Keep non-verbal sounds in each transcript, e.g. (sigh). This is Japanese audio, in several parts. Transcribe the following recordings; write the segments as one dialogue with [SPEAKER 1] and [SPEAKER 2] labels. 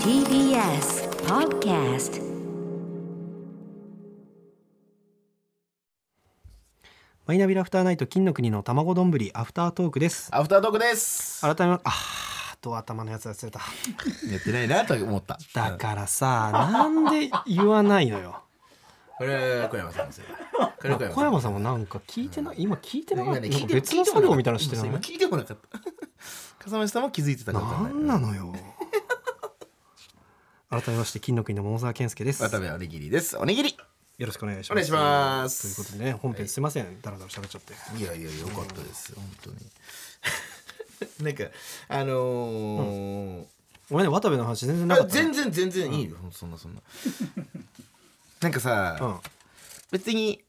[SPEAKER 1] TBS Podcast
[SPEAKER 2] マイナビラフターナイト金の国の卵丼ぶりアフタートークです
[SPEAKER 3] アフタートークです。
[SPEAKER 2] 改めまあーと頭のやつ忘れた
[SPEAKER 3] やってないなと思った。
[SPEAKER 2] だからさなんで言わないのよ
[SPEAKER 3] これ小山さんですよ。これ
[SPEAKER 2] 小山さんもなんか聞いてない今聞いてなかった、
[SPEAKER 3] 今ね
[SPEAKER 2] なん
[SPEAKER 3] 聞
[SPEAKER 2] か
[SPEAKER 3] いて
[SPEAKER 2] 別の作業みたいなのしてない
[SPEAKER 3] 今聞いてこなかった。笠間さんも気づいてたことは。
[SPEAKER 2] ないんなの
[SPEAKER 3] (laughs)
[SPEAKER 2] よ改めまして金の国の桃沢健介です
[SPEAKER 3] 渡部おにぎりです。おにぎり。
[SPEAKER 2] よろしくお願いします
[SPEAKER 3] お願いします
[SPEAKER 2] ということでね本編すいませんダラダラ喋っちゃって
[SPEAKER 3] いやいや良かったですよ本当 (laughs) に。なんかあのー
[SPEAKER 2] ごめんね渡部の話全然なか
[SPEAKER 3] あ
[SPEAKER 2] った
[SPEAKER 3] 全然全然いいよ、そんなそ
[SPEAKER 2] (laughs)
[SPEAKER 3] んな。なんかさ、
[SPEAKER 2] うん
[SPEAKER 3] 別に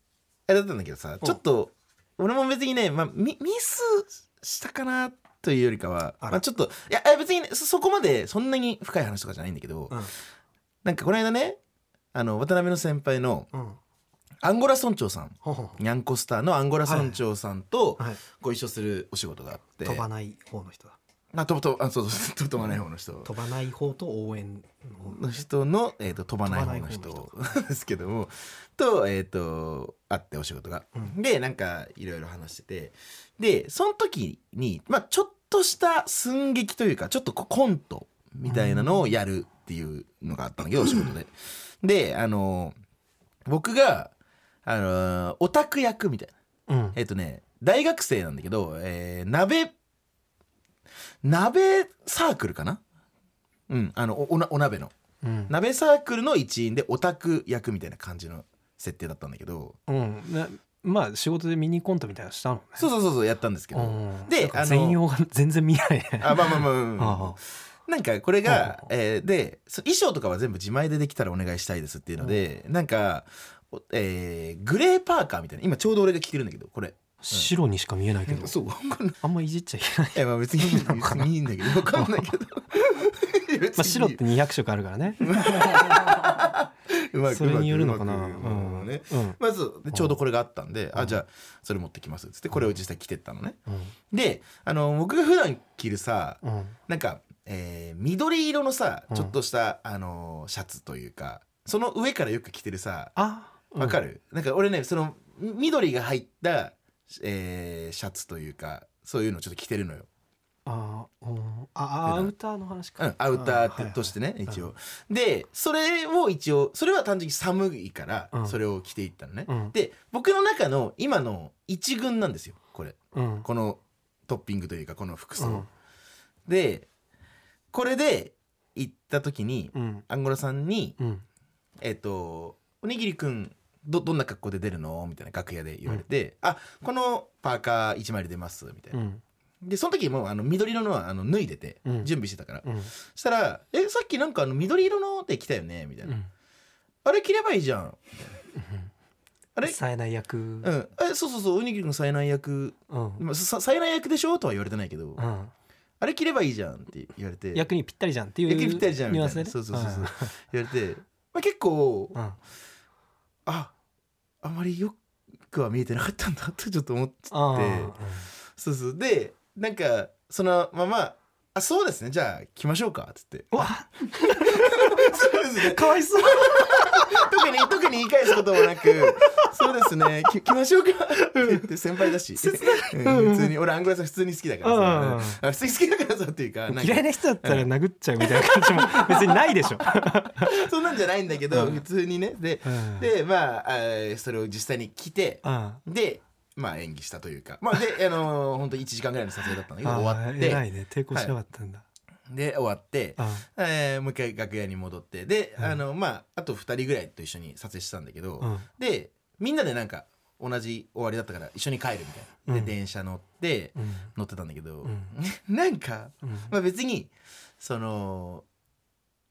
[SPEAKER 3] あれだったんだけどさ、ちょっと俺も別にね、まあ、ミミスしたかなというよりかは
[SPEAKER 2] あら
[SPEAKER 3] まあ、ちょっといやえ別にねそそこまでそんなに深い話とかじゃないんだけど、
[SPEAKER 2] うん
[SPEAKER 3] なんかこの間ねあの渡辺の先輩の
[SPEAKER 2] うん
[SPEAKER 3] アンゴラ村長さん
[SPEAKER 2] ほんほんほん
[SPEAKER 3] にゃんこスターのアンゴラ村長さんと
[SPEAKER 2] はい
[SPEAKER 3] ご一緒するお仕事があって、
[SPEAKER 2] 飛ばない方の人だ
[SPEAKER 3] あととあそうそう (laughs) と飛ばない方の人
[SPEAKER 2] 飛ばない方と応援の方
[SPEAKER 3] の人の、えー、と飛ばない方の人
[SPEAKER 2] 飛
[SPEAKER 3] ですけどもと,、えー、と会ってお仕事が、
[SPEAKER 2] うん
[SPEAKER 3] でなんかいろいろ話しててでその時に、まあ、ちょっとした寸劇というかちょっとこうコントみたいなのをやるっていうのがあったんだけど、お仕事で。であの僕があのオタク役みたいな
[SPEAKER 2] うん
[SPEAKER 3] えっとね大学生なんだけど、えー鍋鍋サークルかなうんあのおおなお鍋の。
[SPEAKER 2] うん
[SPEAKER 3] 鍋サークルの一員でオタク役みたいな感じの設定だったんだけど、
[SPEAKER 2] うんなまあ仕事でミニコントみたいなのしたのね
[SPEAKER 3] そうそうそうそうやったんですけど、
[SPEAKER 2] うん
[SPEAKER 3] で
[SPEAKER 2] なんか
[SPEAKER 3] あの
[SPEAKER 2] 全容が全然見えないね
[SPEAKER 3] あまあまあまあまあ
[SPEAKER 2] (laughs)
[SPEAKER 3] まあ
[SPEAKER 2] あ
[SPEAKER 3] なんかこれが、
[SPEAKER 2] うん
[SPEAKER 3] えーでそ衣装とかは全部自前でできたらお願いしたいですっていうので、なんか、おえーグレーパーカーみたいな今ちょうど俺が着てるんだけどこれ
[SPEAKER 2] 白にしか見えないけど
[SPEAKER 3] そうこんな
[SPEAKER 2] あんまいじっちゃい (laughs) けない
[SPEAKER 3] (laughs) えまあ別に別にいいんだけど分かんないけど
[SPEAKER 2] (laughs) まあ白
[SPEAKER 3] (laughs)
[SPEAKER 2] って200色あるからね
[SPEAKER 3] うまく
[SPEAKER 2] それによるのかな
[SPEAKER 3] う
[SPEAKER 2] う
[SPEAKER 3] まくうまく
[SPEAKER 2] ん
[SPEAKER 3] ね
[SPEAKER 2] うん
[SPEAKER 3] まずでちょうどこれがあったんで、あじゃあそれ持ってきますっつってこれを実際着てったのね、であの僕が普段着るさ
[SPEAKER 2] うん
[SPEAKER 3] なんか、えー緑色のさ
[SPEAKER 2] うん
[SPEAKER 3] ちょっとした、あのーシャツというかその上からよく着てるさ
[SPEAKER 2] あ
[SPEAKER 3] わか
[SPEAKER 2] る
[SPEAKER 3] る、なんか俺ねそのみ緑が入った、えーシャツというかそういうのちょっと着てるのよ、
[SPEAKER 2] あーうんあアウターの話
[SPEAKER 3] う
[SPEAKER 2] か
[SPEAKER 3] ん、アウター
[SPEAKER 2] あ
[SPEAKER 3] っ
[SPEAKER 2] は
[SPEAKER 3] て
[SPEAKER 2] い
[SPEAKER 3] としてね、一
[SPEAKER 2] う
[SPEAKER 3] 応でそれを一応それは単純に寒いから
[SPEAKER 2] うん
[SPEAKER 3] それを着ていったのね、
[SPEAKER 2] うん
[SPEAKER 3] で僕の中の今の一軍なんですよこれ
[SPEAKER 2] うん
[SPEAKER 3] このトッピングというかこの服装、
[SPEAKER 2] うん
[SPEAKER 3] でこれで行った時に、
[SPEAKER 2] うん
[SPEAKER 3] アンゴラさんに
[SPEAKER 2] うん
[SPEAKER 3] 「えっ、とおにぎりくんどどんな格好で出るの?」みたいな楽屋で言われて「あこのパーカー1枚で出ます」みたいうな、
[SPEAKER 2] ん
[SPEAKER 3] でその時もうあの緑色のはあの脱いでて、
[SPEAKER 2] うん
[SPEAKER 3] 準備してたから、
[SPEAKER 2] うん
[SPEAKER 3] そしたら「えさっきなんかあの緑色ので来たよね」みたいな、あれ着ればいいじゃん」あれ
[SPEAKER 2] 冴えない役うん
[SPEAKER 3] うん、えそうそうそうおにぎりくん災難役
[SPEAKER 2] うん
[SPEAKER 3] まあさ災難役でしょ?」とは言われてないけ
[SPEAKER 2] う
[SPEAKER 3] ど、
[SPEAKER 2] ん
[SPEAKER 3] あれ着ればいいじゃん」って言われて
[SPEAKER 2] 役にぴったりじゃんっていう
[SPEAKER 3] 役にぴったりじゃんみ
[SPEAKER 2] ニュ
[SPEAKER 3] た
[SPEAKER 2] ア
[SPEAKER 3] い
[SPEAKER 2] ンスでね
[SPEAKER 3] な、そうそうそうそう言われて、まあ、結構
[SPEAKER 2] うんうん
[SPEAKER 3] ああまりよくは見えてなかったんだとちょっと思って
[SPEAKER 2] あー
[SPEAKER 3] そうそうでなんかそのまま「あそうですねじゃあ来ましょうか」っつって (laughs)
[SPEAKER 2] うわ
[SPEAKER 3] そうですね
[SPEAKER 2] かわいそう
[SPEAKER 3] 特に特に言い返すこともなく「そうですねき来ましょうか」って言って先輩だし、うん普通に俺アンゴラさん普通に好きだから
[SPEAKER 2] うん
[SPEAKER 3] さ、あ普通に好きだからさっていうかなんか
[SPEAKER 2] 嫌いな人だったら殴っちゃうみたいな感じも別にないでしょ。
[SPEAKER 3] そんなんじゃないんだけど、
[SPEAKER 2] うん
[SPEAKER 3] 普通にねで、
[SPEAKER 2] うん
[SPEAKER 3] でまああーそれを実際に着て、
[SPEAKER 2] あ
[SPEAKER 3] でまあ演技したというかまあであ
[SPEAKER 2] (laughs)
[SPEAKER 3] のー、本当1時間ぐらいの撮影だったんだけど
[SPEAKER 2] あ
[SPEAKER 3] 終わっ
[SPEAKER 2] 偉
[SPEAKER 3] て
[SPEAKER 2] いね抵抗しなかったんだ。
[SPEAKER 3] で終わって、
[SPEAKER 2] あ
[SPEAKER 3] えーもう一回楽屋に戻ってで、
[SPEAKER 2] うん
[SPEAKER 3] あのまああと2人ぐらいと一緒に撮影してたんだけど、
[SPEAKER 2] うん
[SPEAKER 3] でみんなでなんか同じ終わりだったから一緒に帰るみたいなで、
[SPEAKER 2] うん
[SPEAKER 3] 電車乗って
[SPEAKER 2] うん
[SPEAKER 3] 乗ってたんだけど、
[SPEAKER 2] うん
[SPEAKER 3] (laughs) なんか、
[SPEAKER 2] うん
[SPEAKER 3] まあ、別にその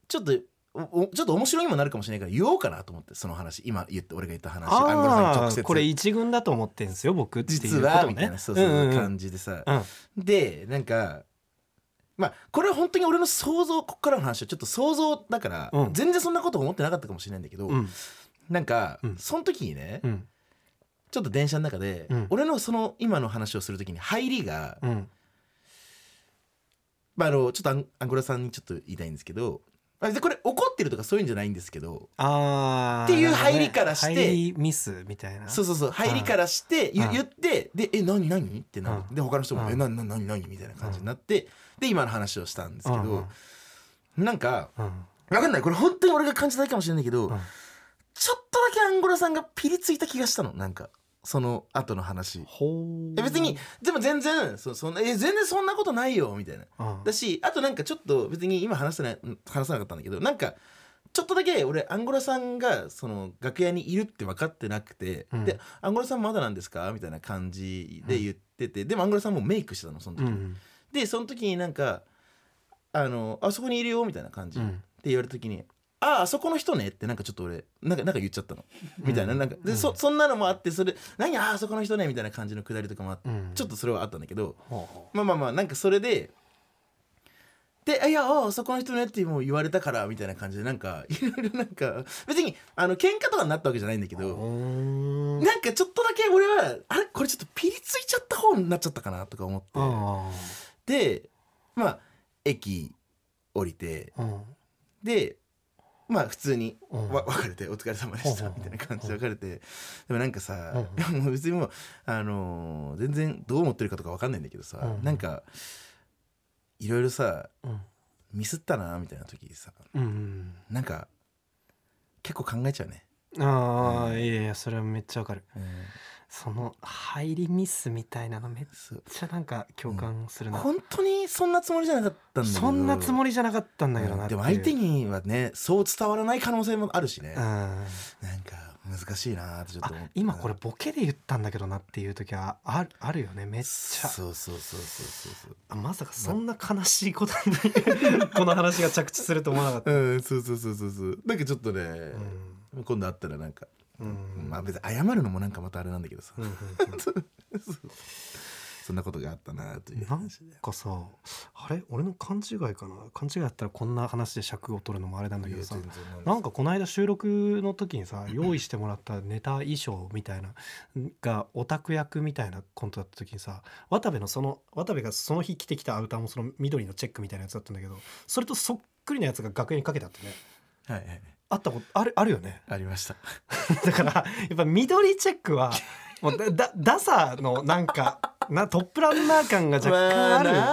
[SPEAKER 3] ちょっとおおちょっと面白いにもなるかもしれないから言おうかなと思ってその話今言って俺が言った話アンゴラさんに
[SPEAKER 2] あ
[SPEAKER 3] 直接
[SPEAKER 2] ーこれ一軍だと思ってんすよ僕ってい
[SPEAKER 3] 実
[SPEAKER 2] うこ
[SPEAKER 3] は
[SPEAKER 2] と
[SPEAKER 3] みたい
[SPEAKER 2] ね
[SPEAKER 3] な。そうそう
[SPEAKER 2] うんうんうん
[SPEAKER 3] 感じでさ、
[SPEAKER 2] うん
[SPEAKER 3] でなんかまあこれは本当に俺の想像ここからの話はちょっと想像だから、
[SPEAKER 2] うん
[SPEAKER 3] 全然そんなこと思ってなかったかもしれないんだけど、
[SPEAKER 2] うん
[SPEAKER 3] なんか、
[SPEAKER 2] うん
[SPEAKER 3] その時にね、
[SPEAKER 2] うん
[SPEAKER 3] ちょっと電車の中で、
[SPEAKER 2] うん
[SPEAKER 3] 俺のその今の話をする時に入りが、
[SPEAKER 2] うん
[SPEAKER 3] まあ、あのちょっとアンアンゴラさんにちょっと言いたいんですけどあでこれ怒ってるとかそういうんじゃないんですけど
[SPEAKER 2] あー
[SPEAKER 3] ってい
[SPEAKER 2] な
[SPEAKER 3] う
[SPEAKER 2] るほどね
[SPEAKER 3] 入りからして
[SPEAKER 2] 入りミスみたいな
[SPEAKER 3] そうそうそう入りからして言
[SPEAKER 2] うん
[SPEAKER 3] 言ってで「え何何?」ってな
[SPEAKER 2] う
[SPEAKER 3] るで他の人も
[SPEAKER 2] う
[SPEAKER 3] 「
[SPEAKER 2] ん
[SPEAKER 3] え何何何何?」みたいな感じになってで今の話をしたんですけ
[SPEAKER 2] うんうん
[SPEAKER 3] どなんか
[SPEAKER 2] うん
[SPEAKER 3] わかんないこれ本当に俺が感じただけかもしれないけど
[SPEAKER 2] うん
[SPEAKER 3] ちょっとだけアンゴラさんがピリついた気がしたのなんかその後の話
[SPEAKER 2] ほう
[SPEAKER 3] え別にでも全然そそんなえ全然そんなことないよみたいな
[SPEAKER 2] うん
[SPEAKER 3] だしあとなんかちょっと別に今話せないうん話さなかったんだけどなんかちょっとだけ俺アンゴラさんがその楽屋にいるって分かってなくて、
[SPEAKER 2] うん
[SPEAKER 3] で「アンゴラさんまだなんですか?」みたいな感じで言ってて、でもアンゴラさんもメイクしてたのその
[SPEAKER 2] う
[SPEAKER 3] 時、
[SPEAKER 2] ん
[SPEAKER 3] でその時になんか「あのあそこにいるよ」みたいな感じ、
[SPEAKER 2] う
[SPEAKER 3] って
[SPEAKER 2] ん
[SPEAKER 3] 言われた時に「ああそこの人ね」ってなんかちょっと俺なんかなんか言っちゃったのみたいな,、
[SPEAKER 2] うん
[SPEAKER 3] なんか
[SPEAKER 2] う
[SPEAKER 3] で、
[SPEAKER 2] ん
[SPEAKER 3] そそんなのもあってそれ「何ああそこの人ね」みたいな感じのくだりとかもあって、
[SPEAKER 2] うん
[SPEAKER 3] ちょっとそれはあったんだけど、
[SPEAKER 2] ほうほ
[SPEAKER 3] まあまあまあなんかそれでで「あいやああそこの人ね」ってもう言われたからみたいな感じでなんかいろいろなんか別にあの喧嘩とかになったわけじゃないんだけ
[SPEAKER 2] う
[SPEAKER 3] ど
[SPEAKER 2] うん
[SPEAKER 3] なんかちょっとだけ俺はあれこれちょっとピリついちゃった方になっちゃったかなとか思っ
[SPEAKER 2] あ
[SPEAKER 3] てでまあ駅降りて
[SPEAKER 2] ーうん
[SPEAKER 3] でまあ普通に
[SPEAKER 2] うん
[SPEAKER 3] わ別れて「お疲れ様でし
[SPEAKER 2] う
[SPEAKER 3] た
[SPEAKER 2] ん」
[SPEAKER 3] みたいな感じで別れてでもなんかさ
[SPEAKER 2] うん
[SPEAKER 3] (laughs) いやもう別にもう、あのー全然どう思ってるかとか分かんないんだけどさ
[SPEAKER 2] うん
[SPEAKER 3] なんかいろいろさ
[SPEAKER 2] うん
[SPEAKER 3] ミスったなみたいな時さ
[SPEAKER 2] うん
[SPEAKER 3] なんか結構考えちゃうね。
[SPEAKER 2] ああいやいやそれはめっちゃわかる
[SPEAKER 3] うん
[SPEAKER 2] その入りミスみたいなのめっ
[SPEAKER 3] そう
[SPEAKER 2] ちゃなんか共感するな、
[SPEAKER 3] 本当にそんなつもりじゃなかったんだけど
[SPEAKER 2] そんなつも
[SPEAKER 3] り
[SPEAKER 2] りじゃなかったんだけどなってい
[SPEAKER 3] で
[SPEAKER 2] う
[SPEAKER 3] も相手にはねそう伝わらない可能性もあるしね
[SPEAKER 2] うんあ
[SPEAKER 3] なんか難しいなってちょっと思った
[SPEAKER 2] 今これボケで言ったんだけどなっていう時はあるあるよねめっちゃ
[SPEAKER 3] そうそうそうそうそうそう
[SPEAKER 2] あまさかそんな悲しいこと
[SPEAKER 3] (laughs)
[SPEAKER 2] に (laughs) この話が着地すると思わなかった、
[SPEAKER 3] うん、そうそうそうそうそうなんかちょっとね、今度会ったらなんか、
[SPEAKER 2] うんうん
[SPEAKER 3] まあ別に謝るのもなんかまたあれなんだけどさ、
[SPEAKER 2] うんうんうん
[SPEAKER 3] そんなことがあったなという
[SPEAKER 2] なん
[SPEAKER 3] 話で
[SPEAKER 2] かさあれ俺の勘違いかな勘違いだったらこんな話で尺を取るのもあれなんだけどさなんかこの間収録の時にさ用意してもらったネタ衣装みたいながオタク役みたいなコントだった時にさ渡部のその渡部がその日着てきたアウターもその緑のチェックみたいなやつだったんだけどそれとそっくりなやつが楽屋にかけてあってね
[SPEAKER 3] はいはいはい
[SPEAKER 2] あったことあるあるよね (laughs)
[SPEAKER 3] ありました
[SPEAKER 2] だからやっぱ緑チェックはもうだだダサのなんかなトップランナー感が若干ある。
[SPEAKER 3] まな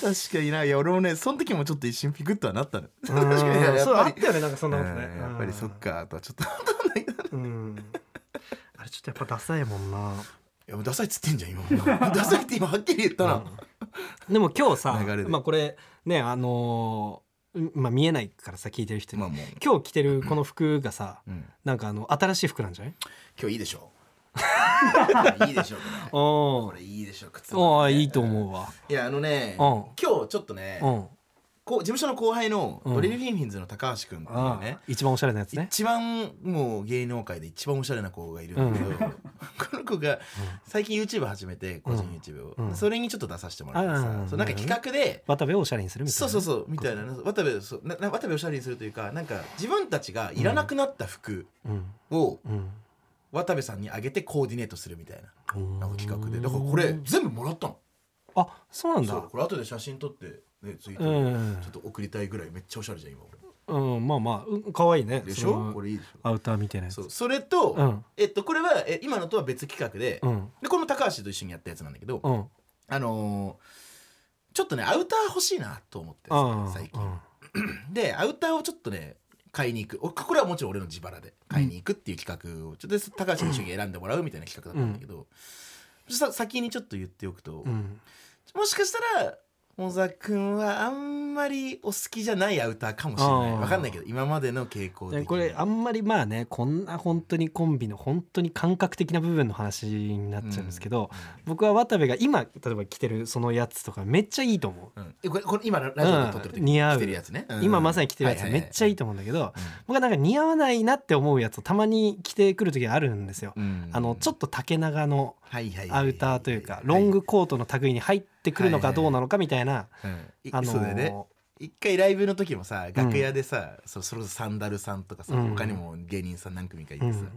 [SPEAKER 3] 確かにないや俺もねその時もちょっと一瞬ピクッとはなったの
[SPEAKER 2] うん
[SPEAKER 3] (laughs) 確かにやっぱり
[SPEAKER 2] そうあったよねなんかそんなこと
[SPEAKER 3] う
[SPEAKER 2] ね
[SPEAKER 3] んやっぱりそっかとはちょっ (laughs) とい
[SPEAKER 2] うんあれちょっとやっぱダサいもんな
[SPEAKER 3] やもうダサいっつってんじゃん今もうダサいって今はっきり言ったな、
[SPEAKER 2] でも今日さ
[SPEAKER 3] 流れで
[SPEAKER 2] まあこれねあのーうんまあ見えないからさ聞いてる人に、
[SPEAKER 3] まあもう、
[SPEAKER 2] 今日着てるこの服がさ
[SPEAKER 3] うん、
[SPEAKER 2] なんかあの新しい服なんじゃない
[SPEAKER 3] 今日いいでしょう
[SPEAKER 2] (laughs)
[SPEAKER 3] いいでしょうこれ
[SPEAKER 2] お
[SPEAKER 3] これいいでしょう靴
[SPEAKER 2] おあいいと思うわ
[SPEAKER 3] いやあのね、
[SPEAKER 2] うん
[SPEAKER 3] 今日ちょっとね、
[SPEAKER 2] うん
[SPEAKER 3] こう事務所の後輩の
[SPEAKER 2] うん
[SPEAKER 3] ドリルフィンフィンズの高橋君っていう
[SPEAKER 2] あ
[SPEAKER 3] ね、
[SPEAKER 2] 一番おしゃれなやつね
[SPEAKER 3] 一番もう芸能界で一番おしゃれな子がいるんだけど、
[SPEAKER 2] う
[SPEAKER 3] (laughs) この子が最近 YouTube 始めて個人 YouTube を、
[SPEAKER 2] うん
[SPEAKER 3] それにちょっと出させてもらってさ、
[SPEAKER 2] あー
[SPEAKER 3] そうなんか企画で、
[SPEAKER 2] 渡部をおしゃれにするみたい
[SPEAKER 3] そ
[SPEAKER 2] な
[SPEAKER 3] うそうそうみたいな渡部そうなな渡部おしゃれにするというかなんか自分たちがいらなくなった服
[SPEAKER 2] うん
[SPEAKER 3] を
[SPEAKER 2] うん
[SPEAKER 3] 渡部さんにあげてコーディネートするみたいな
[SPEAKER 2] うん
[SPEAKER 3] なんか企画でだからこれ全部もらったの
[SPEAKER 2] あそうなん
[SPEAKER 3] そう
[SPEAKER 2] だ
[SPEAKER 3] これ後で写真撮って、ね、ツイート
[SPEAKER 2] う
[SPEAKER 3] に
[SPEAKER 2] ん
[SPEAKER 3] ちょっと送りたいぐらいめっちゃおしゃれじゃん今
[SPEAKER 2] うんまあまあうん可愛いね
[SPEAKER 3] でし
[SPEAKER 2] そ
[SPEAKER 3] ょ
[SPEAKER 2] の
[SPEAKER 3] これいいでしょ
[SPEAKER 2] アウターみたいなやつ
[SPEAKER 3] そうそれと、
[SPEAKER 2] うん
[SPEAKER 3] えっとこれはえ今のとは別企画で、
[SPEAKER 2] うん
[SPEAKER 3] でこの高橋と一緒にやったやつなんだけど、
[SPEAKER 2] うん
[SPEAKER 3] あのーちょっとねアウター欲しいなと思って
[SPEAKER 2] ああ
[SPEAKER 3] 最近、でアウターをちょっとね買いに行くおこれはもちろん俺の自腹で買いに行くっていう企画をちょっとで高橋と一緒に選んでもらうみたいな企画だったんだけど、さ先にちょっと言っておくと、
[SPEAKER 2] うんうん
[SPEAKER 3] もしかしたらモザ君はあんまりお好きじゃないアウターかもしれない
[SPEAKER 2] あー
[SPEAKER 3] わかんないけど今までの傾向的
[SPEAKER 2] ね
[SPEAKER 3] に
[SPEAKER 2] これあんまりまあねこんな本当にコンビの本当に感覚的な部分の話になっちゃうんですけど、僕は渡部が今例えば着てるそのやつとかめっちゃいいと思う、
[SPEAKER 3] うんえこれこれ今ラジオで撮ってる時、
[SPEAKER 2] うん似合う
[SPEAKER 3] 着てるやつね、うん
[SPEAKER 2] 今まさに着てるやつ
[SPEAKER 3] はいは
[SPEAKER 2] め
[SPEAKER 3] いはい
[SPEAKER 2] っちゃいいと思うんだけど、僕はなんか似合わないなって思うやつをたまに着てくる時があるんですよ。
[SPEAKER 3] うん
[SPEAKER 2] あのちょっと竹長の
[SPEAKER 3] はいはいはい
[SPEAKER 2] アウターというかロングコートの類に入ってくるのかどうなのかみたいな、
[SPEAKER 3] うんい
[SPEAKER 2] あのー
[SPEAKER 3] そうだよね一回ライブの時もさ楽屋でさ、そそれこそサンダルさんとかさ、
[SPEAKER 2] うん
[SPEAKER 3] 他にも芸人さん何組かいてさ、
[SPEAKER 2] うん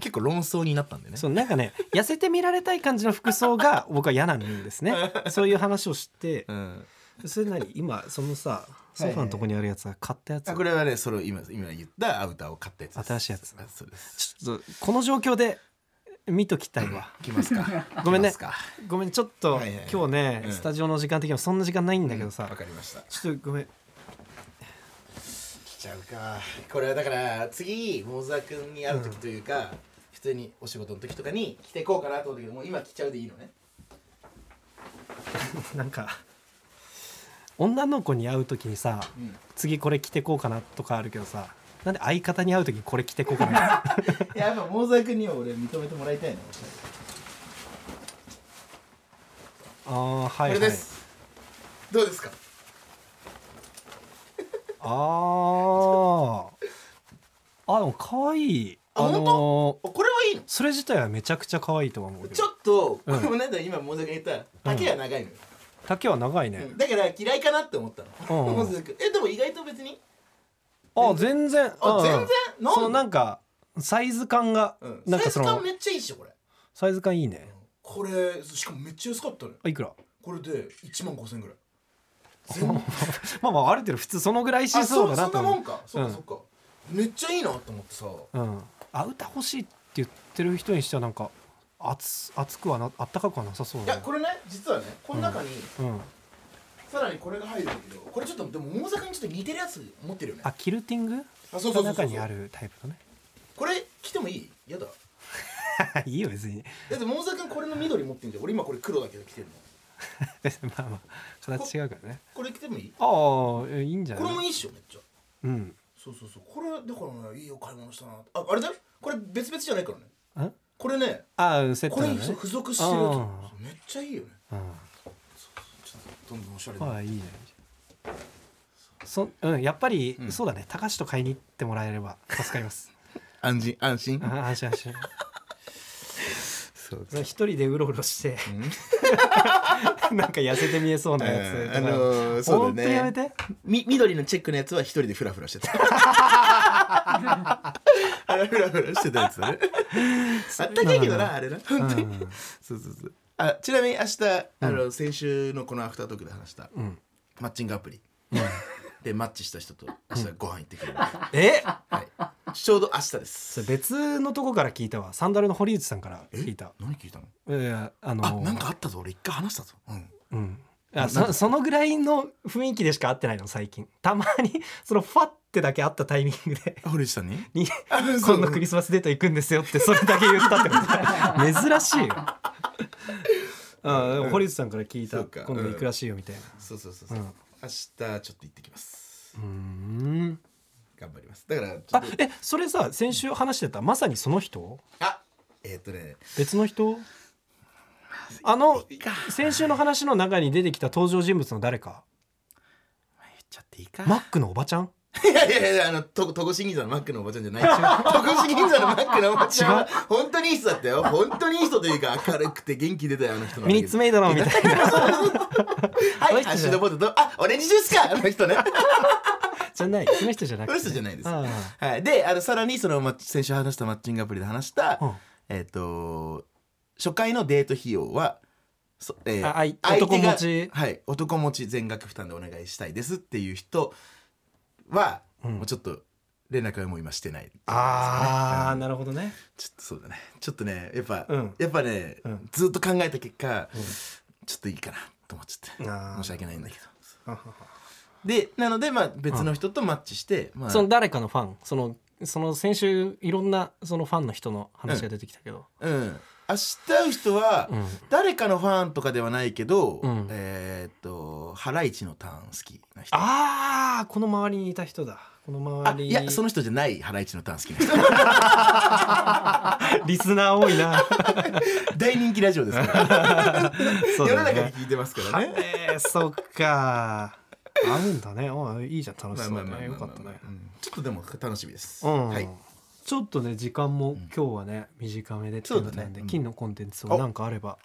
[SPEAKER 3] 結構論争になったんだよね
[SPEAKER 2] そうなんかね痩
[SPEAKER 3] (laughs)
[SPEAKER 2] せて見られたい感じの服装が僕は嫌なんですねそういう話をして
[SPEAKER 3] うん
[SPEAKER 2] それ何今そのさソファのとこにあるやつは買ったやつ、
[SPEAKER 3] あこれはねそれを今今言ったアウターを買ったやつです
[SPEAKER 2] 新しいやつ
[SPEAKER 3] あそうです
[SPEAKER 2] ちょっとこの状況で見ときたいわ
[SPEAKER 3] 来ますか
[SPEAKER 2] (laughs) ごめんね
[SPEAKER 3] 来ますか
[SPEAKER 2] ごめんちょっと、
[SPEAKER 3] はいはいはい
[SPEAKER 2] 今日ね、
[SPEAKER 3] うん
[SPEAKER 2] スタジオの時間的にもそんな時間ないんだけどさ、
[SPEAKER 3] わかりました
[SPEAKER 2] ちょっとごめん
[SPEAKER 3] 来ちゃうかこれはだから次モザ君に会う時というか、普通にお仕事の時とかに来ていこうかなと思ったけどもう今来ちゃうでいいのね (laughs)
[SPEAKER 2] なんか女の子に会う時にさ、
[SPEAKER 3] ん
[SPEAKER 2] 次これ着てこうかなとかあるけどさなんで相方に会う時にこれ着てこうか
[SPEAKER 3] (laughs)
[SPEAKER 2] な
[SPEAKER 3] いややっぱモザ君には俺認めてもらいたいな
[SPEAKER 2] あーはい、
[SPEAKER 3] こ
[SPEAKER 2] はい、
[SPEAKER 3] れです、どうですか
[SPEAKER 2] あーあでも可愛い
[SPEAKER 3] あ
[SPEAKER 2] のー
[SPEAKER 3] おこれはいいの
[SPEAKER 2] それ自体はめちゃくちゃ可愛いとは思うけ
[SPEAKER 3] ち
[SPEAKER 2] ど
[SPEAKER 3] ょっとこれもなんだ今モザ君が言った丈が長いのよ、
[SPEAKER 2] 丈は長いね、
[SPEAKER 3] うんだから嫌いかなって思ったの、
[SPEAKER 2] うんうん
[SPEAKER 3] モザ君えでも意外と別に
[SPEAKER 2] あ全然
[SPEAKER 3] あ
[SPEAKER 2] うん
[SPEAKER 3] 全然なん
[SPEAKER 2] そのなんかサイズ感が、
[SPEAKER 3] うん、
[SPEAKER 2] なんか
[SPEAKER 3] サ
[SPEAKER 2] そ
[SPEAKER 3] イズ
[SPEAKER 2] の
[SPEAKER 3] 感めっちゃいいっしょこれ
[SPEAKER 2] サイズ感いいね
[SPEAKER 3] これしかもめっちゃ安かったね
[SPEAKER 2] あいくら
[SPEAKER 3] これで1万5000円ぐらい全部
[SPEAKER 2] まあまあある程度普通そのぐらいし
[SPEAKER 3] あ
[SPEAKER 2] そう
[SPEAKER 3] そ
[SPEAKER 2] だな
[SPEAKER 3] うそん
[SPEAKER 2] と
[SPEAKER 3] なもん
[SPEAKER 2] 思
[SPEAKER 3] かそっかそっか、めっちゃいいなと思ってさ
[SPEAKER 2] う、うん、あ歌欲しいって言ってる人にしてはなんか熱熱くはなあったかくはなさそう
[SPEAKER 3] い
[SPEAKER 2] だ
[SPEAKER 3] や
[SPEAKER 2] ね
[SPEAKER 3] これね実はねこの中に、
[SPEAKER 2] うん、
[SPEAKER 3] さらにこれが入るんだけどこれちょっとでも大阪にちょっと似てるやつ持ってるよね
[SPEAKER 2] あキルティング
[SPEAKER 3] あそうそうそうそう
[SPEAKER 2] の中にあるタイプのね (laughs)
[SPEAKER 3] これ着てもいいやだ
[SPEAKER 2] いいよ別に (laughs)
[SPEAKER 3] だって桃沢君これの緑持ってんじゃん俺今これ黒だけど着てるの
[SPEAKER 2] まあまあ形違うからね
[SPEAKER 3] これ着てもいい
[SPEAKER 2] ああえいいんじゃ
[SPEAKER 3] これも
[SPEAKER 2] ない
[SPEAKER 3] いいっしょめっちゃ
[SPEAKER 2] うん
[SPEAKER 3] そうそうそうこれだからねいいお買い物したなああれだよこれ別々じゃないからね
[SPEAKER 2] ん
[SPEAKER 3] これね
[SPEAKER 2] ああセット
[SPEAKER 3] これ
[SPEAKER 2] だ
[SPEAKER 3] に
[SPEAKER 2] ね
[SPEAKER 3] 付属してるや
[SPEAKER 2] あ
[SPEAKER 3] つめっちゃいいよね
[SPEAKER 2] うん
[SPEAKER 3] ちょっとどんどんおしゃれな、
[SPEAKER 2] まあいいねそうんやっぱり、
[SPEAKER 3] うん
[SPEAKER 2] そうだね高橋と買いに行ってもらえれば助かります
[SPEAKER 3] (laughs) 安心安心
[SPEAKER 2] あー安心安心
[SPEAKER 3] そう
[SPEAKER 2] 一人でうろうろして (laughs)
[SPEAKER 3] ん
[SPEAKER 2] なんか痩せて見えそうなやつとか、
[SPEAKER 3] あのーそうだね
[SPEAKER 2] 本当やめて
[SPEAKER 3] み緑のチェックのやつは一人でフラフ
[SPEAKER 2] (laughs)
[SPEAKER 3] ラしてたあれフラフラしてたやつだねあったかいけどなあれな本当に、
[SPEAKER 2] うん
[SPEAKER 3] そうそうそうあちなみに明日あの、先週のこのアフタートークで話した、
[SPEAKER 2] ん
[SPEAKER 3] マッチングアプリ、でマッチした人と明日ご飯行ってくる、
[SPEAKER 2] え
[SPEAKER 3] はい、ちょうど明日です
[SPEAKER 2] それ別のとこから聞いたわサンダルの堀内さんから聞いた
[SPEAKER 3] 何聞いたの
[SPEAKER 2] いやいやあの
[SPEAKER 3] あなんかあったぞ俺一回話したぞ、うん、
[SPEAKER 2] うんあそそのぐらいの雰囲気でしか会ってないの最近たまに (laughs) そのファってだけ会ったタイミングで (laughs)
[SPEAKER 3] 堀内さんに
[SPEAKER 2] に
[SPEAKER 3] あそう
[SPEAKER 2] 今度クリスマスデート行くんですよってそれだけ言ったってこと (laughs) 珍しいよあでも堀内さんから聞いた
[SPEAKER 3] そうか
[SPEAKER 2] 今度行くらしいよみたいな
[SPEAKER 3] そうそうそうそう、
[SPEAKER 2] うん
[SPEAKER 3] 明日ちょっと行ってきます
[SPEAKER 2] うん
[SPEAKER 3] 頑張りますだからちょ
[SPEAKER 2] あ
[SPEAKER 3] っと
[SPEAKER 2] えそれさ先週話してたまさにその人
[SPEAKER 3] あえーっとね
[SPEAKER 2] 別の人あの先週の話の中に出てきた登場人物の誰か
[SPEAKER 3] 言っちゃっていいか
[SPEAKER 2] マックのおばちゃん
[SPEAKER 3] いやいやいや、あの、と、戸越銀座のマックのおばちゃんじゃない。戸越銀座のマックのおばちゃんは、本当にいい人だったよ。本当にいい人というか、明るくて元気出たよ、あの人の。
[SPEAKER 2] ミニッツメイドのみたいなあ
[SPEAKER 3] は
[SPEAKER 2] の
[SPEAKER 3] い、
[SPEAKER 2] 人
[SPEAKER 3] ハッ
[SPEAKER 2] じ
[SPEAKER 3] シ
[SPEAKER 2] ゃ
[SPEAKER 3] ュ
[SPEAKER 2] な
[SPEAKER 3] ド
[SPEAKER 2] い
[SPEAKER 3] ポテト。あ、オレンジジュースかあの人ね。
[SPEAKER 2] (laughs) じゃないその人じゃなく
[SPEAKER 3] そ
[SPEAKER 2] て
[SPEAKER 3] の人じゃないです。
[SPEAKER 2] あ
[SPEAKER 3] はい。で、あの、さらに、その、ま先週話したマッチングアプリで話した、
[SPEAKER 2] うん
[SPEAKER 3] えっ、と、初回のデート費用は、そえ
[SPEAKER 2] ああい
[SPEAKER 3] 相手が
[SPEAKER 2] 男持ち
[SPEAKER 3] はい、男持ち全額負担でお願いしたいですっていう人は、
[SPEAKER 2] うん
[SPEAKER 3] もうちょっと、連絡はもう今してない。
[SPEAKER 2] あ
[SPEAKER 3] う
[SPEAKER 2] ー
[SPEAKER 3] ん
[SPEAKER 2] なるほどね
[SPEAKER 3] ちょっとそうだねちょっとねやっぱ、
[SPEAKER 2] うん
[SPEAKER 3] やっぱね、
[SPEAKER 2] うん
[SPEAKER 3] ずっと考えた結果、ちょっといいかなと思っちゃって
[SPEAKER 2] あー
[SPEAKER 3] 申し訳ないんだけどでなのでまあ別の人とマッチして、まあ、
[SPEAKER 2] その誰かのファンそのその先週いろんなそのファンの人の話が出てきたけど、
[SPEAKER 3] うん明日会う人は、
[SPEAKER 2] うん
[SPEAKER 3] 誰かのファンとかではないけど、
[SPEAKER 2] うん
[SPEAKER 3] えーっとハライチのターン好きな人
[SPEAKER 2] ああこの周りにいた人だこの
[SPEAKER 3] あ
[SPEAKER 2] 周り
[SPEAKER 3] いやその人じゃないハライチのターン好きな人 (laughs)
[SPEAKER 2] リスナー多い (laughs) な
[SPEAKER 3] 大人気ラジオですから、
[SPEAKER 2] (laughs) そ
[SPEAKER 3] 世
[SPEAKER 2] う
[SPEAKER 3] の
[SPEAKER 2] だ
[SPEAKER 3] 中
[SPEAKER 2] よ
[SPEAKER 3] で
[SPEAKER 2] ね
[SPEAKER 3] 聞いてますからね
[SPEAKER 2] えー、そっかあるんだねおいいいじゃん楽しそうだねよかったね
[SPEAKER 3] うんちょっとでも楽しみです、
[SPEAKER 2] うん、
[SPEAKER 3] はい
[SPEAKER 2] ちょっとね時間も今日はね、短めでっていうこと
[SPEAKER 3] そう
[SPEAKER 2] な
[SPEAKER 3] だ
[SPEAKER 2] ん
[SPEAKER 3] ね
[SPEAKER 2] で、
[SPEAKER 3] うん
[SPEAKER 2] 金のコンテンツをなんかあれば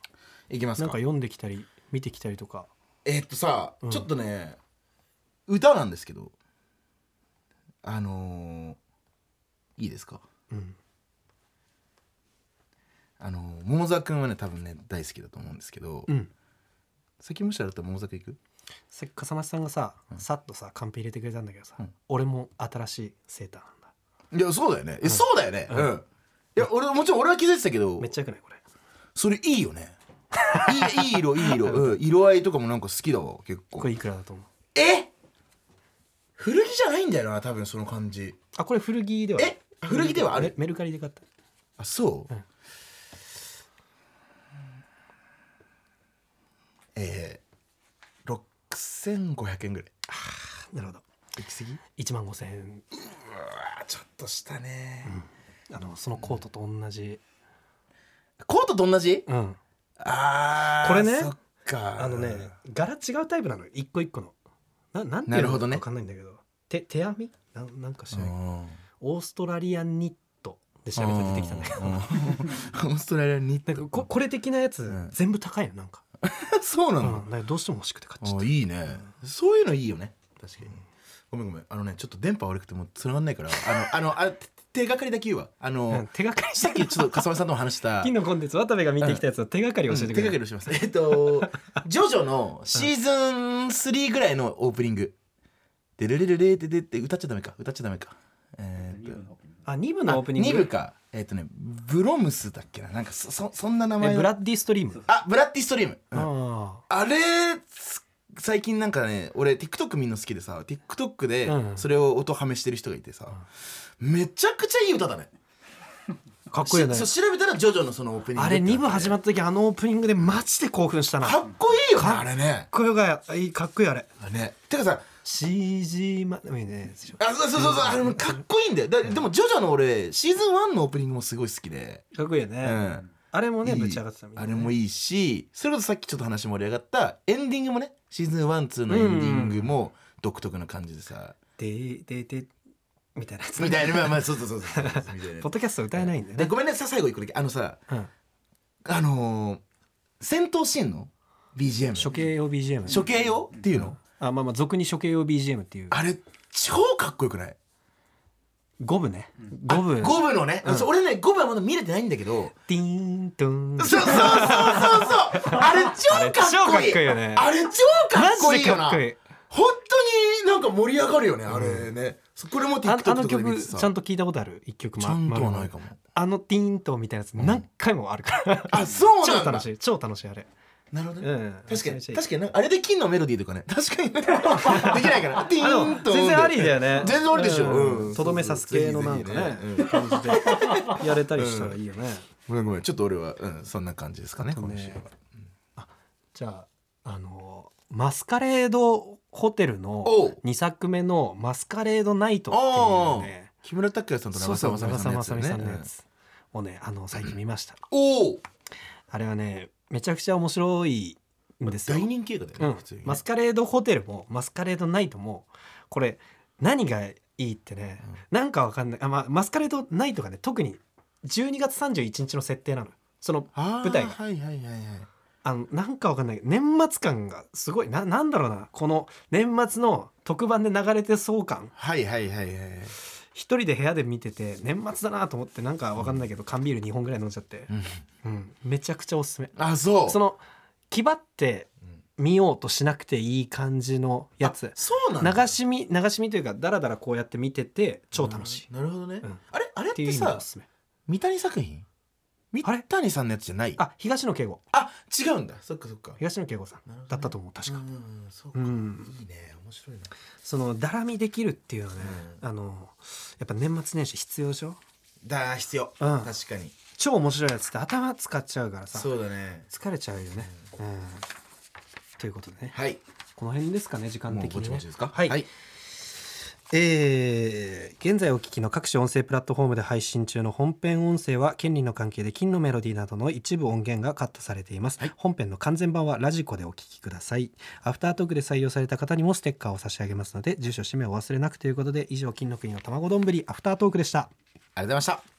[SPEAKER 3] いきます
[SPEAKER 2] な
[SPEAKER 3] か
[SPEAKER 2] んか読んできたり見てきたりとか
[SPEAKER 3] えーっとさ、
[SPEAKER 2] うん
[SPEAKER 3] ちょっとね歌なんですけどあのーいいですか
[SPEAKER 2] うん
[SPEAKER 3] あのー桃沢君はね多分ね大好きだと思うんですけど、
[SPEAKER 2] うん
[SPEAKER 3] 先もしあると桃沢君行く
[SPEAKER 2] さっき笠松さんがさ、
[SPEAKER 3] うん
[SPEAKER 2] さっとさカンペ入れてくれたんだけどさ、
[SPEAKER 3] うん
[SPEAKER 2] 俺も新しいセーターなんだ
[SPEAKER 3] いやそうだよねえそうだよね
[SPEAKER 2] う
[SPEAKER 3] うんん、いや俺もちろん俺は気づいてたけど
[SPEAKER 2] めっちゃよくないこれ
[SPEAKER 3] それいいよ (laughs) ねいいいい色いい色、うん、色合いとかもなんか好きだわ結
[SPEAKER 2] こ
[SPEAKER 3] 構
[SPEAKER 2] れいくらだと思う
[SPEAKER 3] え古着じゃないんだよな多分その感じ
[SPEAKER 2] あこれ古着では
[SPEAKER 3] え古着ではあれ
[SPEAKER 2] メメルカリで買った
[SPEAKER 3] あそう、
[SPEAKER 2] うん
[SPEAKER 3] えー、6500円ぐらい
[SPEAKER 2] なるほど
[SPEAKER 3] 行き過ぎ
[SPEAKER 2] 1万5,000円
[SPEAKER 3] うわーちょっとしたね、
[SPEAKER 2] あのそのコートと同じ
[SPEAKER 3] コートと同じ
[SPEAKER 2] うん
[SPEAKER 3] あー
[SPEAKER 2] これね
[SPEAKER 3] そっか
[SPEAKER 2] あのね柄違うタイプなのよ一個一個のななんてい
[SPEAKER 3] な
[SPEAKER 2] う
[SPEAKER 3] る
[SPEAKER 2] の
[SPEAKER 3] ほ
[SPEAKER 2] か
[SPEAKER 3] どね
[SPEAKER 2] 分かんないんだけど手手編みなんなんかし
[SPEAKER 3] う
[SPEAKER 2] ない
[SPEAKER 3] ん
[SPEAKER 2] オーストラリアンニットで調べたら出てきたんだけど
[SPEAKER 3] うんオーストラリア
[SPEAKER 2] (laughs)
[SPEAKER 3] に
[SPEAKER 2] なんかここれ的なやつ、
[SPEAKER 3] うん
[SPEAKER 2] 全部高いのなんか,、
[SPEAKER 3] そうな
[SPEAKER 2] うん、
[SPEAKER 3] の、
[SPEAKER 2] だからどうしても欲しくて買っちゃっ
[SPEAKER 3] あ
[SPEAKER 2] た
[SPEAKER 3] いいねそういうのいいよね確かにごめんごめんあのねちょっと電波悪くてもう繋がんないからあのあのあて手がかりだけ言うわあの、
[SPEAKER 2] うん手がかりし
[SPEAKER 3] さ
[SPEAKER 2] た
[SPEAKER 3] っきちょっと笠間さんとも話した
[SPEAKER 2] 金のコンテンツ渡部が見てきたやつの手がかりを教えてく
[SPEAKER 3] 手
[SPEAKER 2] れる、
[SPEAKER 3] がかりをしますえっと「ジョジョ」のシーズン3ぐらいのオープニング「でれれれれでで」って歌っちゃダメか歌っちゃダメかえーっと
[SPEAKER 2] あ二部のオープニング
[SPEAKER 3] 2部かえっとねブロムスだっけななんかそそそんな名前
[SPEAKER 2] え
[SPEAKER 3] の
[SPEAKER 2] ブラッディストリーム
[SPEAKER 3] あブラッディストリーム、うん
[SPEAKER 2] あ
[SPEAKER 3] あれす最近なんかね俺 TikTok みんな好きでさ TikTok で
[SPEAKER 2] うん
[SPEAKER 3] それを音はめしてる人がいてさ、めちゃくちゃいい歌だね
[SPEAKER 2] あかっこいいよね
[SPEAKER 3] しそう調べたらジョジョのそのオープニング
[SPEAKER 2] あれ二部始ま
[SPEAKER 3] っ
[SPEAKER 2] った時あのオープニングでマジで興奮したなか
[SPEAKER 3] か
[SPEAKER 2] っ
[SPEAKER 3] っこいいよね
[SPEAKER 2] かっ
[SPEAKER 3] あれね
[SPEAKER 2] こよがいいかっこいいあれ
[SPEAKER 3] あれねてかさ
[SPEAKER 2] CG までもいいね
[SPEAKER 3] あそうそうそうそうあれもかっこいいんだよだでもジョジョの俺シーズン1のオープニングもすごい好きで
[SPEAKER 2] かっこいいよ
[SPEAKER 3] う
[SPEAKER 2] ね、
[SPEAKER 3] ん
[SPEAKER 2] あれもね
[SPEAKER 3] いい
[SPEAKER 2] ぶち上がってたみた
[SPEAKER 3] あ
[SPEAKER 2] い
[SPEAKER 3] れ
[SPEAKER 2] な、ね、
[SPEAKER 3] もいいしそれこそさっきちょっと話盛り上がったエンディングもねシーズン12のエンディングも独特な感じでさ、
[SPEAKER 2] でででみたいなやつ
[SPEAKER 3] みたいなまあまあそうそうそ
[SPEAKER 2] (laughs)
[SPEAKER 3] うそうそうみたいな
[SPEAKER 2] ポッドキャスト歌えないんだよ
[SPEAKER 3] で
[SPEAKER 2] ね、
[SPEAKER 3] ごめんねさ最後一個だけあのさ
[SPEAKER 2] うん、
[SPEAKER 3] あのー戦闘シーンの BGM
[SPEAKER 2] 処刑用 BGM ね
[SPEAKER 3] 処刑用っていうの、
[SPEAKER 2] あまあまあ俗に処刑用 BGM っていう
[SPEAKER 3] あれ超かっこよくない
[SPEAKER 2] 五部ね五部
[SPEAKER 3] ゴブのね、そう俺ねゴブはまだ見れてないんだけど
[SPEAKER 2] ティーントゥーン
[SPEAKER 3] そうそうそうそうそう (laughs) あれ超かっこいい
[SPEAKER 2] あれ超かっこいいよね
[SPEAKER 3] あれ超かっこいいよな
[SPEAKER 2] マジでかっこいい
[SPEAKER 3] 本当になんか盛り上がるよねあれね、そうこれも TikTok
[SPEAKER 2] あ
[SPEAKER 3] と
[SPEAKER 2] あ
[SPEAKER 3] か
[SPEAKER 2] の
[SPEAKER 3] で見
[SPEAKER 2] 曲
[SPEAKER 3] てさ
[SPEAKER 2] ちゃんと聞いたことある一曲
[SPEAKER 3] ち
[SPEAKER 2] ま
[SPEAKER 3] ゃんと
[SPEAKER 2] ま
[SPEAKER 3] はない
[SPEAKER 2] る
[SPEAKER 3] かも
[SPEAKER 2] あのティーントゥーンみたいなやつ何回もあるから、
[SPEAKER 3] あそうな
[SPEAKER 2] 超
[SPEAKER 3] んだ
[SPEAKER 2] 楽しい超楽しいあれ
[SPEAKER 3] なるほどね、
[SPEAKER 2] うん
[SPEAKER 3] 確か
[SPEAKER 2] め
[SPEAKER 3] に
[SPEAKER 2] ちゃめちゃいい
[SPEAKER 3] 確かになんかあれで金のメロディーとかね
[SPEAKER 2] (laughs)
[SPEAKER 3] 確かにできないからティーンと
[SPEAKER 2] 全然ありだよね
[SPEAKER 3] 全然ありでしょ
[SPEAKER 2] うん
[SPEAKER 3] うん
[SPEAKER 2] とどめさす系のなんかね
[SPEAKER 3] ぜひぜひ
[SPEAKER 2] 感じでやれたりしたらいいよね、
[SPEAKER 3] ごめんごめんちょっと俺は、うん、そんな感じですかね
[SPEAKER 2] あとね
[SPEAKER 3] 今週は
[SPEAKER 2] じゃああのマスカレードホテルの
[SPEAKER 3] おう
[SPEAKER 2] 2作目の「マスカレードナイト」っていう
[SPEAKER 3] おお
[SPEAKER 2] ね
[SPEAKER 3] 木村拓哉さんと
[SPEAKER 2] そ
[SPEAKER 3] 長
[SPEAKER 2] うそう
[SPEAKER 3] 澤まさみ
[SPEAKER 2] 長
[SPEAKER 3] さん
[SPEAKER 2] 澤
[SPEAKER 3] のや
[SPEAKER 2] ま
[SPEAKER 3] つ
[SPEAKER 2] さ
[SPEAKER 3] だ
[SPEAKER 2] みさんのやつを
[SPEAKER 3] よね
[SPEAKER 2] ねあの最近見ました
[SPEAKER 3] うんおお
[SPEAKER 2] あれはねめちゃくちゃ面白いんですよ
[SPEAKER 3] 大人気映画だよね、
[SPEAKER 2] うん
[SPEAKER 3] 普通にね、
[SPEAKER 2] マスカレードホテルもマスカレードナイトもこれ何がいいってね、なんかわかんないあ、まあ、マスカレードナイトがね特に12月31日の設定なのよその
[SPEAKER 3] あー
[SPEAKER 2] 舞台が
[SPEAKER 3] はいはいはいはい
[SPEAKER 2] あのなんかわかんない年末感がすごいななんだろうなこの年末の特番で流れてそう感
[SPEAKER 3] はいはいはいはいはい
[SPEAKER 2] 一人で部屋で見てて年末だなと思ってなんかわかんないけど缶ビール2本ぐらい飲んじゃって、
[SPEAKER 3] うん
[SPEAKER 2] うん、めちゃくちゃおすすめ
[SPEAKER 3] あそう
[SPEAKER 2] その気張って
[SPEAKER 3] うん
[SPEAKER 2] 見ようとしなくていい感じのやつ
[SPEAKER 3] そうなんだ
[SPEAKER 2] 流し見流し見というかだらだらこうやって見てて超楽しい、
[SPEAKER 3] なるほどね、
[SPEAKER 2] うん
[SPEAKER 3] あれあれっ
[SPEAKER 2] ってい
[SPEAKER 3] て
[SPEAKER 2] う意味で
[SPEAKER 3] さ
[SPEAKER 2] おすすめ
[SPEAKER 3] 三谷作品三
[SPEAKER 2] あれ
[SPEAKER 3] 谷さんのやつじゃないあ
[SPEAKER 2] あ東野圭吾
[SPEAKER 3] 違うんだそっかそっか
[SPEAKER 2] 東野圭吾さん
[SPEAKER 3] なるほどね
[SPEAKER 2] だったと思う確か、
[SPEAKER 3] うんうんうんそうか、
[SPEAKER 2] うん
[SPEAKER 3] いいね面白いな
[SPEAKER 2] そのだらみできるっていうのはね、
[SPEAKER 3] う
[SPEAKER 2] あのやっぱ年末年始必要でしょ
[SPEAKER 3] だ必要、
[SPEAKER 2] うん
[SPEAKER 3] 確かに
[SPEAKER 2] 超面白いやつって頭使っちゃうからさ
[SPEAKER 3] そうだね
[SPEAKER 2] 疲れちゃうよね、うんということでね
[SPEAKER 3] はい
[SPEAKER 2] この辺ですかね時間
[SPEAKER 3] もう
[SPEAKER 2] 的
[SPEAKER 3] ぼ
[SPEAKER 2] に
[SPEAKER 3] ち
[SPEAKER 2] ね
[SPEAKER 3] ぼちですか
[SPEAKER 2] はい、えー現在お聞きの各種音声プラットフォームで配信中の本編音声は権利の関係で金のメロディーなどの一部音源がカットされています、本編の完全版はラジコでお聞きくださいアフタートークで採用された方にもステッカーを差し上げますので住所氏名をお忘れなくということで以上金の国の卵丼ぶりアフタートークでした
[SPEAKER 3] ありがとうございました